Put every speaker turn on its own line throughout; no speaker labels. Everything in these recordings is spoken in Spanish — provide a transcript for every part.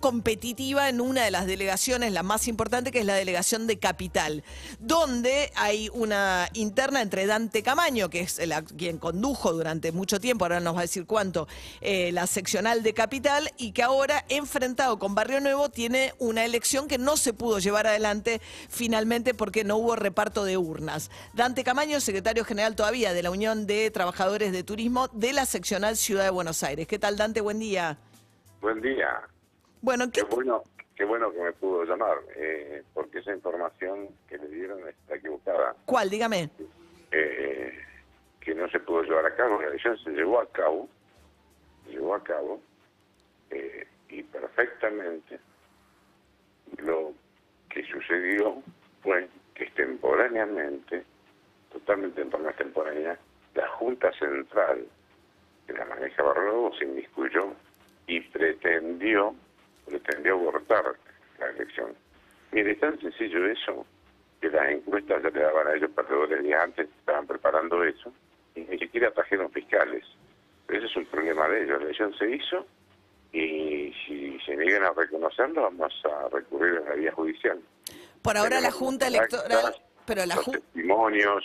competitiva en una de las delegaciones, la más importante, que es la delegación de Capital, donde hay una interna entre Dante Camaño, que es el ac- quien condujo durante mucho tiempo, ahora nos va a decir cuánto, eh, la seccional de Capital, y que ahora, enfrentado con Barrio Nuevo, tiene una elección que no se pudo llevar adelante finalmente porque no hubo reparto de urnas. Dante Camaño, secretario general todavía de la Unión de Trabajadores de Turismo de la seccional Ciudad de Buenos Aires. ¿Qué tal, Dante? Buen día.
Buen día.
Bueno,
Qué
¿qué,
bueno, qué bueno que me pudo llamar, eh, porque esa información que le dieron está equivocada.
¿Cuál? Dígame.
Eh, que no se pudo llevar a cabo, la elección se llevó a cabo, se llevó a cabo, eh, y perfectamente lo que sucedió fue que extemporáneamente, totalmente en forma extemporánea, la Junta Central que la maneja Barrobo se inmiscuyó y pretendió, pretendió abortar la elección. Mire, es tan sencillo eso, que las encuestas ya le daban a ellos perdedores días antes, estaban preparando eso, y ni siquiera trajeron fiscales. Pero ese es un problema de ellos, la elección se hizo y si se niegan a reconocerlo vamos a recurrir a la vía judicial.
Por ahora la
Tenemos
Junta
los actas,
Electoral, pero la
los
Junta...
testimonios,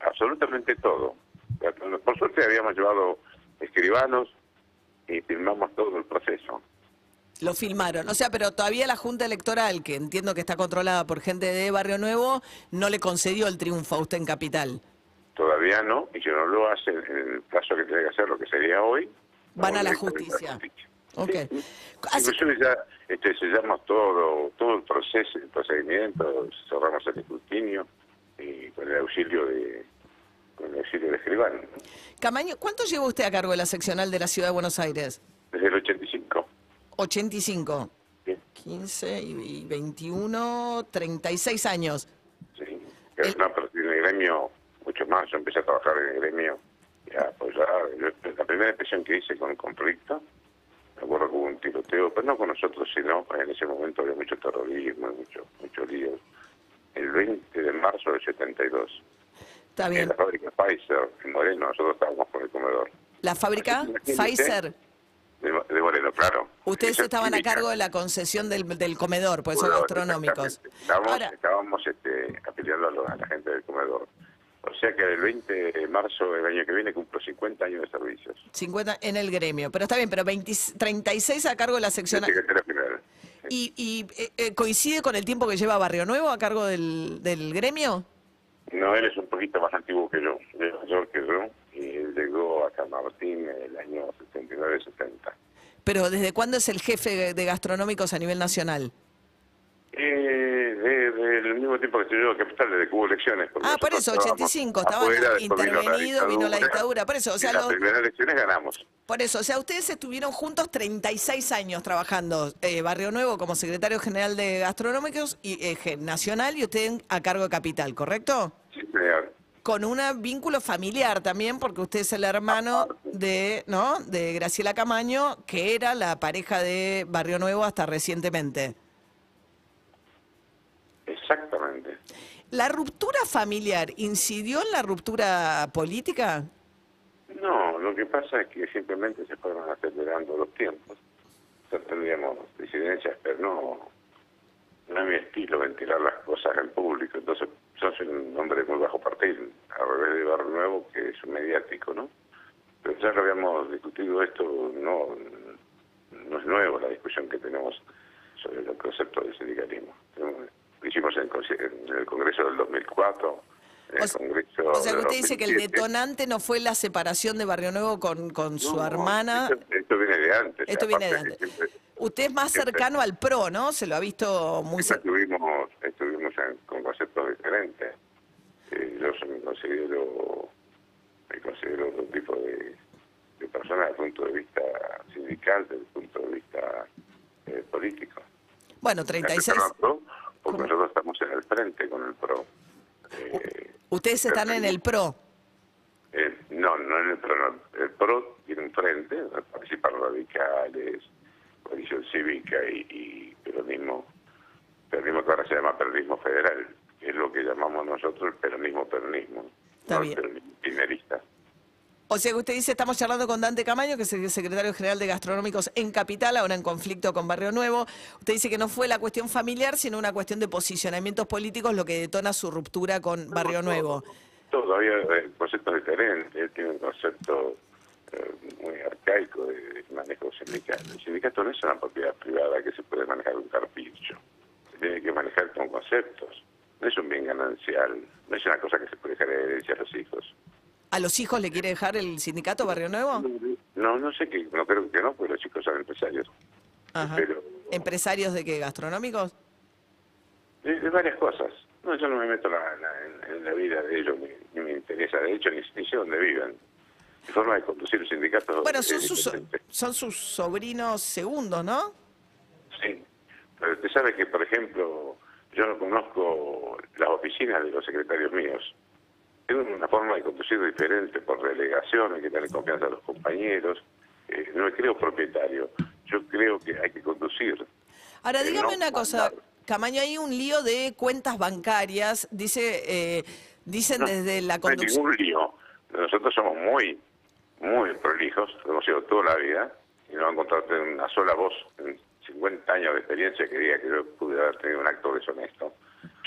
absolutamente todo. Por suerte habíamos llevado escribanos y firmamos todo el proceso.
Lo filmaron. O sea, pero todavía la Junta Electoral, que entiendo que está controlada por gente de Barrio Nuevo, no le concedió el triunfo a usted en Capital.
Todavía no, y si no lo hacen en el plazo que tiene que hacer, lo que sería hoy,
Van
vamos
a la
directamente a
justicia. Ah,
la justicia.
Ok.
Sí.
Así-
Inclusive ya este, sellamos todo, todo el proceso, el procedimiento, cerramos el escrutinio y con el auxilio de con el auxilio de escribano, ¿no?
Camaño, ¿cuánto lleva usted a cargo de la seccional de la Ciudad de Buenos Aires?
desde el 85.
85,
Sí,
15 y y 21, 36 años.
sí. Pero no, pero en el gremio mucho más, yo empecé a trabajar en el gremio y a apoyar. Yo- la primera expresión que hice con conflicto, me acuerdo que hubo un tiroteo, pero no con nosotros, sino pues, en ese momento había mucho terrorismo, y mucho, mucho lío. El 20 de marzo del 72.
Está
en
bien.
la fábrica Pfizer, en Moreno, nosotros estábamos por el comedor.
La fábrica
Imagínese.
Pfizer,
De, de Moreno, claro.
ustedes
Esa
estaban a
química.
cargo de la concesión del, del comedor, por eso
Bueno,
gastronómicos.
exactamente. Estábamos,
Pues Ahora,
estábamos, este, afiliando a, lo- a la gente del comedor. O sea que el 20 de marzo del año que viene cumplo 50 años de servicios.
50 en el gremio, pero está bien, pero 20 36 a cargo de la
De
sección.
secretario general.
¿Y, y, eh, eh, coincide con el tiempo que lleva Barrio Nuevo a cargo del, del gremio?
No, él es un poquito más antiguo que yo, es mayor que yo, y él llegó a San Martín en el año 79-70.
Pero ¿desde cuándo es el jefe de gastronómicos a nivel nacional?
Eh, de- del mismo tiempo que estudió Capital, desde que hubo elecciones. porque
Ah, por
nosotros
eso,
estábamos
85, estaba
afuera, después
intervenido, vino la dictadura, por eso, o sea,
y las
los-
primeras elecciones ganamos.
Por eso, o sea, ustedes estuvieron juntos 36 años trabajando, eh, Barrio Nuevo como secretario general de gastronómicos y eh, gen- nacional y usted a cargo de Capital, ¿correcto?
Sí, señor.
Con un vínculo familiar también, porque usted es el hermano
Ah,
de, ¿no? de Graciela Camaño, que era la pareja de Barrio Nuevo hasta recientemente.
Exactamente.
¿La ruptura familiar incidió en la ruptura política?
No, lo que pasa es que simplemente se fueron acelerando los tiempos. Ya tendríamos disidencias, pero no, no es mi estilo ventilar las cosas en público. Entonces, yo soy un hombre de muy bajo perfil, al revés de Barrio Nuevo, que es un mediático, ¿no? Pero ya lo habíamos discutido esto, no, no es nuevo la discusión que tenemos sobre el concepto del sindicalismo. Tenemos- Lo hicimos en, el conse- en el Congreso del 2004, en el
O se-
Congreso
O sea, que
del
usted dice que el
2007.
detonante no fue la separación de Barrio Nuevo con, con su
No,
hermana.
Esto, esto viene de antes.
Esto viene de
aparte,
antes.
siempre-
Usted es más
siempre-
cercano al PRO, ¿no? Se lo ha visto muy
siempre
cercano.
estuvimos, estuvimos en- con conceptos diferentes. Eh, yo se- me considero, me considero otro tipo de, de persona desde el punto de vista sindical, desde el punto de vista eh, político.
Bueno,
Respecto
36.
al PRO,
¿Cómo?
porque
Oh.
nosotros estamos en el frente con el PRO. Eh,
Ustedes están en el PRO.
Eh, no, no en el PRO. no. El PRO tiene un frente, donde participan radicales, coalición cívica y, y peronismo, peronismo que ahora se llama peronismo federal, que es lo que llamamos nosotros el peronismo peronismo,
Está
no
bien.
el peronismo kirchnerista.
O sea que usted dice, estamos charlando con Dante Camaño, que es el secretario general de Gastronómicos en Capital, ahora en conflicto con Barrio Nuevo. Usted dice que no fue la cuestión familiar, sino una cuestión de posicionamientos políticos lo que detona su ruptura con Barrio Nuevo.
Todavía el concepto es diferente, él tiene un concepto eh, muy arcaico de, de manejo sindical. El sindicato no es una propiedad privada que se puede manejar un carpincho, se tiene que manejar con conceptos. No es un bien ganancial, no es una cosa que se puede dejar de herencia a los hijos.
¿A los hijos le quiere dejar el sindicato Barrio Nuevo?
No, no sé que, no creo que no, porque los chicos son empresarios.
Ajá.
Pero
¿Empresarios de qué? ¿Gastronómicos?
eh, de, de varias cosas. No, yo no me meto la- la- en, en la vida de ellos, ni, ni me interesa. De hecho, ni, ni sé dónde viven. La forma de conducir un sindicato
Bueno,
es
son sus,
diferente.
son sus sobrinos segundos, ¿no?
Sí, pero usted sabe que, por ejemplo, yo no conozco las oficinas de los secretarios míos. Tienen una forma de conducir diferente por delegación, hay que tener confianza a los compañeros. Eh, no me creo propietario, yo creo que hay que conducir.
Ahora,
Eh,
dígame
no,
una cosa,
mandar.
Camaño, hay un lío de cuentas bancarias, dice, eh, dicen
No,
desde la
No hay
conducción.
ningún lío. Nosotros somos muy, muy prolijos, lo hemos sido toda la vida, y no han encontrado una sola voz en 50 años de experiencia que diga que yo pude haber tenido un acto deshonesto.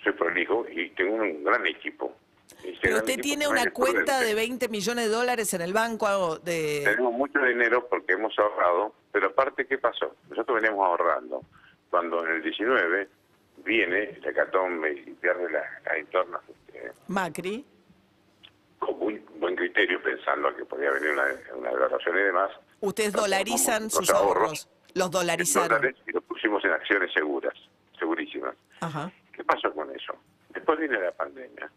Soy prolijo y tengo un gran equipo. Y ese
Pero
gran
usted
equipo
tiene
también
una
es
cuenta
prudente.
de 20 millones de dólares en el banco algo de...
Tenemos mucho dinero porque hemos ahorrado, pero aparte, ¿qué pasó? Nosotros veníamos ahorrando. Cuando en el 19 viene la hecatombe y pierde la, la interna, este,
Macri.
con muy buen criterio, pensando que podía venir una, una devaluación y demás.
Ustedes
transformamos
dolarizan
nuestros
sus ahorros. Los
en
dolarizaron.
dólares y lo pusimos en acciones seguras, segurísimas.
Ajá.
¿Qué pasó con eso? Después viene la pandemia.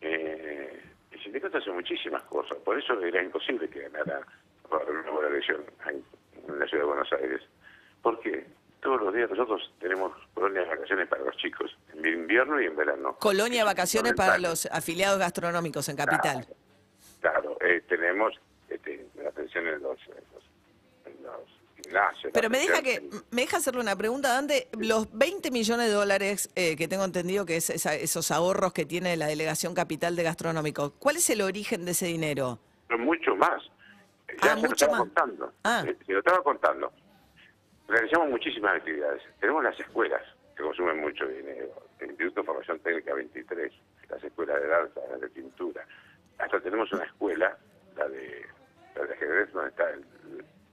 Eh, el sindicato hace muchísimas cosas, por eso era imposible que ganara una buena elección en en la ciudad de Buenos Aires. Porque todos los días nosotros tenemos colonias de vacaciones para los chicos, en invierno y en verano.
Colonia vacaciones para
Fundamental.
los afiliados gastronómicos en Capital.
Claro, eh, tenemos este, la atención en los, en los, en los gimnasios.
Pero
la
me deja que
atención en-
me deja hacerle una pregunta, Dante. Los 20 millones de dólares eh, que tengo entendido que es esa- esos ahorros que tiene la Delegación Capital de Gastronómicos, ¿cuál es el origen de ese dinero?
Pero mucho más. Eh, Ya
Ah,
se
mucho
lo estaba
más.
contando.
Ah.
Eh, Se lo estaba contando. Realizamos muchísimas actividades. Tenemos las escuelas, que consumen mucho dinero. El Instituto de Formación Técnica 23, las escuelas de danza, las de pintura. Hasta tenemos una escuela, la de, la de ajedrez, donde está el,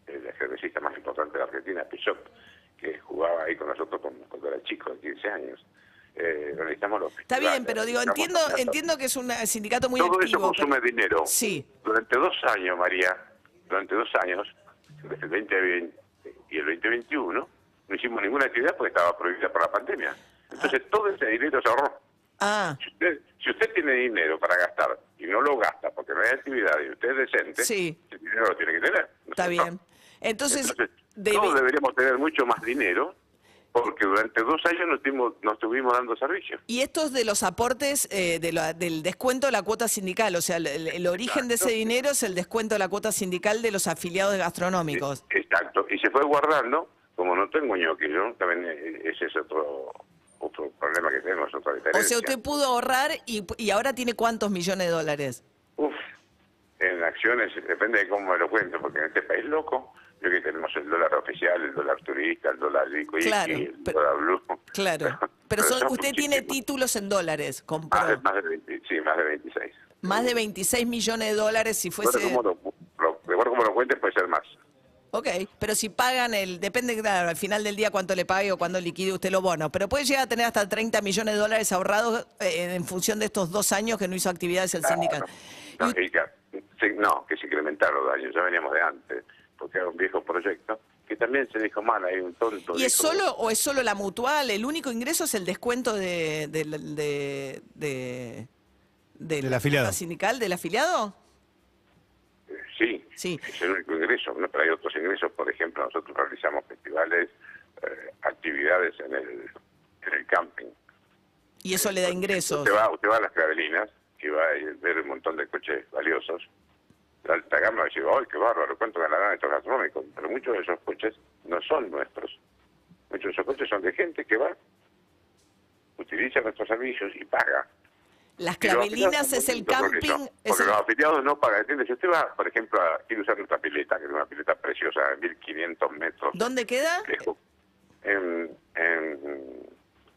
el ajedrecista más importante de la Argentina, Pichot, que jugaba ahí con nosotros cuando, cuando era chico, de 15 años. Eh, realizamos los
Está bien,
festivales,
pero digo,
realizamos
entiendo
las-
entiendo que es un eh, sindicato muy
todo eso
activo. pero-
consume dinero.
Sí.
Durante dos años, María, durante dos años, desde el 2020 y el 2021, no hicimos ninguna actividad porque estaba prohibida por la pandemia. Entonces todo ese dinero se ahorró.
Ah,
Si usted, si usted tiene dinero para gastar y no lo gasta porque no hay actividad y usted es decente,
Sí.
el dinero lo tiene que tener. ¿no
está
es
bien.
cierto?
Entonces,
Entonces,
de-
todos deberíamos tener mucho más dinero porque durante dos años nos, dimos- nos estuvimos dando servicio.
y estos de los aportes eh, de la- del descuento de la cuota sindical, o sea, el, el- el origen de ese
Exacto.
dinero es el descuento de la cuota sindical de los afiliados gastronómicos.
Eh, Exacto, y se fue guardando, como no tengo ñoqui, yo también eh, ese es otro otro problema que tenemos, otra
O
diferencia.
sea, usted pudo ahorrar y, y ahora tiene cuántos millones de dólares.
Uf, en acciones, depende de cómo me lo cuento, porque en este país loco, yo que tenemos el dólar oficial, el dólar turista, el dólar lico y
Claro,
el
pero-
dólar blue.
Claro. Pero son-
son
usted tiene
muchísimos.
títulos en dólares,
Más de,
compró.
Ah, más de 20 sí, más de 26.
Más de 26 millones de dólares si
Bueno,
fuese...
como lo, lo- de acuerdo como lo cuentes puede ser más.
Ok, pero si pagan el... Depende, claro, al final del día cuánto le pague o cuándo liquide usted lo bono. Pero puede llegar a tener hasta 30 millones de dólares ahorrados eh, en función de estos dos años que no hizo actividades el sindicato.
No,
Y-
y que- sí, no, que se incrementaron los daños, ya veníamos de antes, porque era un viejo proyecto que también se dijo mal, hay un tonto.
¿Y es
dijo,
solo o es solo la mutual? El único ingreso es el descuento de, de, de- de- de
Del
la
afiliado.
cuota sindical del afiliado.
eh, Sí,
Sí.
es el único ingreso, ¿no? pero hay otros ingresos, por ejemplo, nosotros realizamos festivales, eh, actividades en el, en el camping.
Y eso le da ingresos.
Usted Eh, va, usted va a las Clavelinas y va a ver un montón de coches valiosos de alta gama y dice, ¡ay, qué bárbaro! ¿Cuánto ganarán estos gastronómicos? Pero muchos de esos coches no son nuestros. Muchos de esos coches son de gente que va, utiliza nuestros servicios y paga.
Las
Y los afiliados
clavelinas es
están
el
contentos
camping.
con eso,
es
porque
el-
los afiliados no pagan. ¿Entiendes? Si usted va, por ejemplo, a, quiere usar nuestra pileta, que es una pileta preciosa, de 1500 metros.
¿Dónde queda? Ah,
lejos, En, en,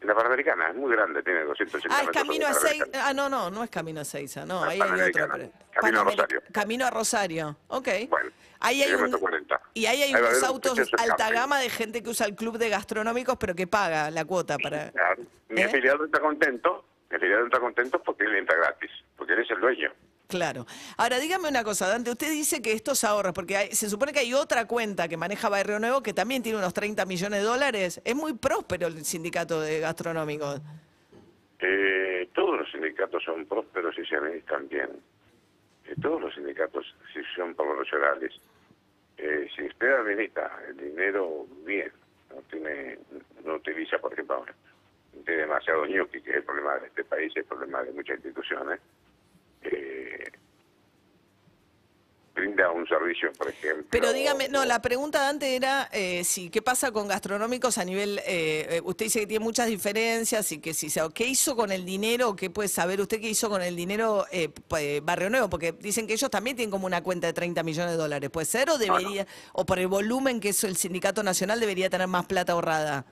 en la Panamericana, es muy grande, tiene 280
Ah, es
metros.
camino a
sobre
Seiza.
Panamericana.
Ah, no, no, no es camino a Seiza. No,
Ah,
ahí hay otro.
Panamericana.
pero-
Camino a
Panameric-
Rosario.
Camino a Rosario. Ok.
Bueno,
Ahí hay
kilómetro
un-
40.
y ahí hay
Ahí va a
unos
haber un
autos
proceso de
alta
camping.
gama de gente que usa el club de gastronómicos, pero que paga la cuota para.
Claro. Mi
¿Eh?
afiliado está contento, mi afiliado está contento porque él entra gratis, porque él es el dueño.
Claro. Ahora, dígame una cosa, Dante. Usted dice que estos ahorros, porque hay- se supone que hay otra cuenta que maneja Barrio Nuevo que también tiene unos 30 millones de dólares. Es muy próspero el sindicato de gastronómicos.
Eh, todos los sindicatos son prósperos y se administran bien. Eh, todos los sindicatos si son proporcionales. Eh, si usted administra el dinero bien, no tiene, no utiliza, por ejemplo, ahora, tiene demasiado ñoqui, que es el problema de este país, el problema de muchas instituciones, eh, brinda un servicio, por ejemplo.
Pero dígame, no, la pregunta Dante era eh, si qué pasa con gastronómicos a nivel. eh, eh, usted dice que tiene muchas diferencias y que si se- qué hizo con el dinero, qué puede saber usted qué hizo con el dinero eh, p- eh, Barrio Nuevo, porque dicen que ellos también tienen como una cuenta de 30 millones de dólares, puede ser o
no.
debería o por el volumen que es el sindicato nacional debería tener más plata ahorrada.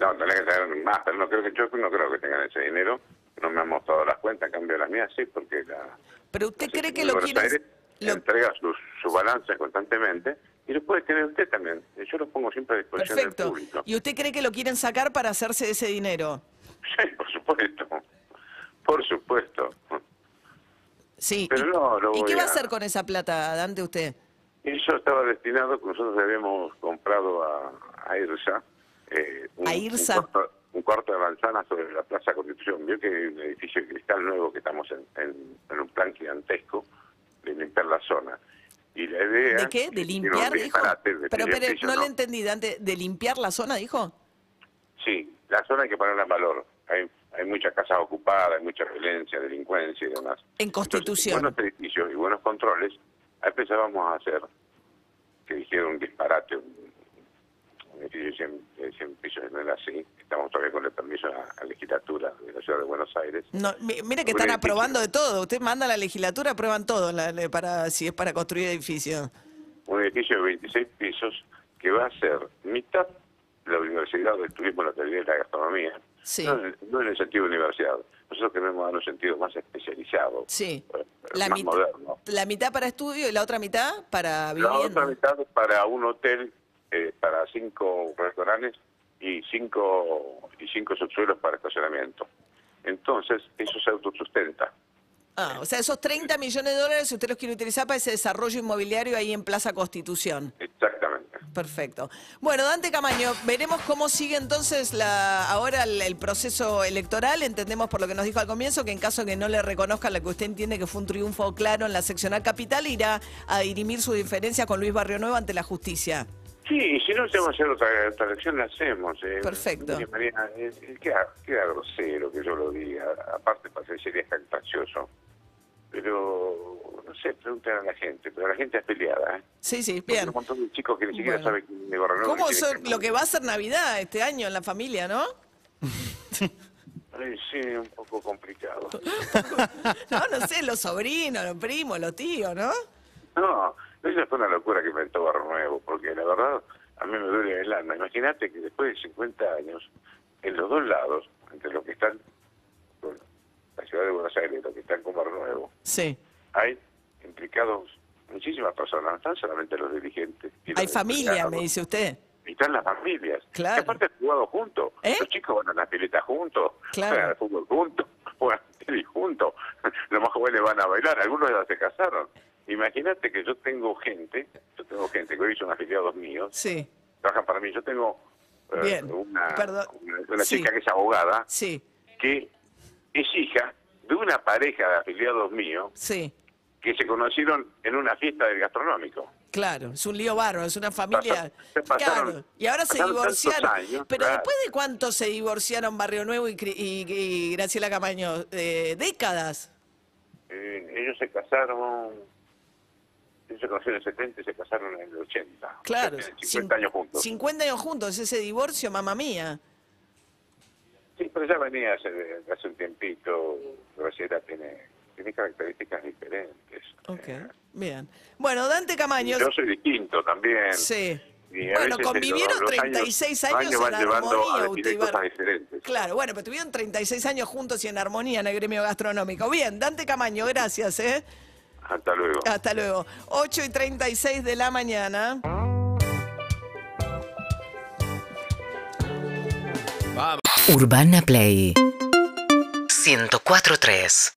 No, tenés que tener más, pero no creo que yo no creo que tengan ese dinero. No me han mostrado las cuentas, en cambio las mías sí, porque la...
Pero usted
la
cree que
Secretaría de
lo
Buenos
quieren
Aires
lo-
entrega su, su balance constantemente y lo puede tener usted también. Yo lo pongo siempre a disposición del
perfecto.
público.
¿Y usted cree que lo quieren sacar para hacerse de ese dinero?
Sí, por supuesto. Por supuesto.
Sí.
Pero
¿Y,
no, lo
¿y qué
voy
va a
a-
hacer con esa plata, Dante, usted?
Eso estaba destinado, que nosotros habíamos comprado a, a IRSA. eh, un,
¿A IRSA?
Un cuarto, un cuarto de manzana sobre la Plaza Constitución. Vio que hay un edificio de cristal nuevo que estamos en, en- en un plan gigantesco de limpiar la zona. Y la idea...
¿De qué?
tiene
¿De
un
limpiar, dijo?
disparate, de
Pero,
tirar
pero
piso,
no le entendí, Dante. ¿De limpiar la zona, dijo?
Sí, la zona hay que ponerla en valor. Hay, hay muchas casas ocupadas, hay mucha violencia, delincuencia y demás.
En Constitución.
Entonces, buenos edificios y buenos controles, ahí empezábamos a hacer, que dijeron un disparate, un, un edificio de 100, de 100 pisos, no era así. Estamos todavía con el permiso a la legislatura de la ciudad de Buenos Aires.
No, mi- mire que
Sobre
están
edificios.
aprobando de todo. Usted manda a la legislatura, aprueban todo la- la- para, si es para construir edificios.
Un edificio de 26 pisos que va a ser mitad de la Universidad del Turismo, la Hotelería y la Gastronomía.
Sí.
No, en- no en el sentido de universidad. Nosotros queremos dar un sentido más especializado.
Sí.
eh,
La
más
mitad,
moderno.
la mitad para estudio y la otra mitad para
La otra
vivienda.
mitad para un hotel, eh, para cinco restaurantes y cinco y cinco subsuelos para estacionamiento. Entonces, eso se autosustenta.
Ah, o sea, esos 30 millones de dólares usted los quiere utilizar para ese desarrollo inmobiliario ahí en Plaza Constitución.
Exactamente.
Perfecto. Bueno, Dante Camaño, veremos cómo sigue entonces la, ahora el, el proceso electoral. Entendemos por lo que nos dijo al comienzo que en caso que no le reconozcan lo que usted entiende que fue un triunfo claro en la seccional capital, irá a dirimir su diferencia con Luis Barrio Nuevo ante la justicia.
Sí, y si no tenemos que hacer otra, otra elección, la hacemos. eh.
Perfecto.
Mire, María, eh, eh, queda, queda grosero que yo lo diga. Aparte, parece sería jactancioso. Pero, no sé, preguntan a la gente. Pero la gente es peleada, ¿eh?
Sí, sí,
Porque hay
bien.
Un montón de chicos que ni siquiera
Bueno.
saben quién es Gorronón,
¿Cómo
quién es
son lo
Germán.
que va a ser Navidad este año en la familia, no?
Eh, Sí, un poco complicado.
No, no sé, los sobrinos, los primos, los tíos, ¿no?
No, esa fue una locura que inventó Barro Nuevo, porque la verdad a mí me duele el alma. Imagínate que después de 50 años, en los dos lados, entre los que están con la ciudad de Buenos Aires y los que están con Barro Nuevo,
Sí.
hay implicados muchísimas personas, no están solamente los dirigentes. y los
Hay familia,
empleados,
me dice usted.
Están las familias.
Claro.
Que aparte han jugado juntos.
¿Eh?
Los chicos van a las piletas juntos,
Claro.
juegan al fútbol juntos, juegan al tenis juntos. Los más jóvenes van a bailar, algunos ya se casaron. Imagínate que yo tengo gente, yo tengo gente que hoy son afiliados míos,
Sí,
trabajan para mí. Yo tengo eh,
Bien,
una,
perdón.
una, una
Sí.
chica que es abogada,
sí,
que es hija de una pareja de afiliados míos
sí.
que se conocieron en una fiesta del gastronómico.
Claro, es un lío bárbaro, es una familia.
Se pasaron-
claro, y ahora se
pasaron tantos
divorciaron.
años,
Pero
claro.
después de cuánto se divorciaron Barrio Nuevo y, Cri- y- y Graciela Camaño, Eh, décadas.
Eh, ellos se casaron, ellos se conocieron en el 70 y se casaron en el 80.
Claro.
Tienen 50
cin-
años juntos.
50 años juntos, ese divorcio, mamá mía.
Sí, pero pero ya venía hace, hace un tiempito, Graciela tiene, tiene características diferentes.
Ok,
Eh,
bien. Bueno, Dante Camaño.
Yo soy distinto también.
Sí.
Y a
Bueno,
veces eh,
convivieron
los- los
36 años,
años, los
en
van llevando a
armonía,
definir
Utibar.
cosas diferentes.
Claro, bueno, pero tuvieron 36 años juntos y en armonía en el gremio gastronómico. Bien, Dante Camaño, gracias, ¿eh?
Hasta luego.
Hasta luego. 8 y 36 de la mañana.
Urbana Play 104.3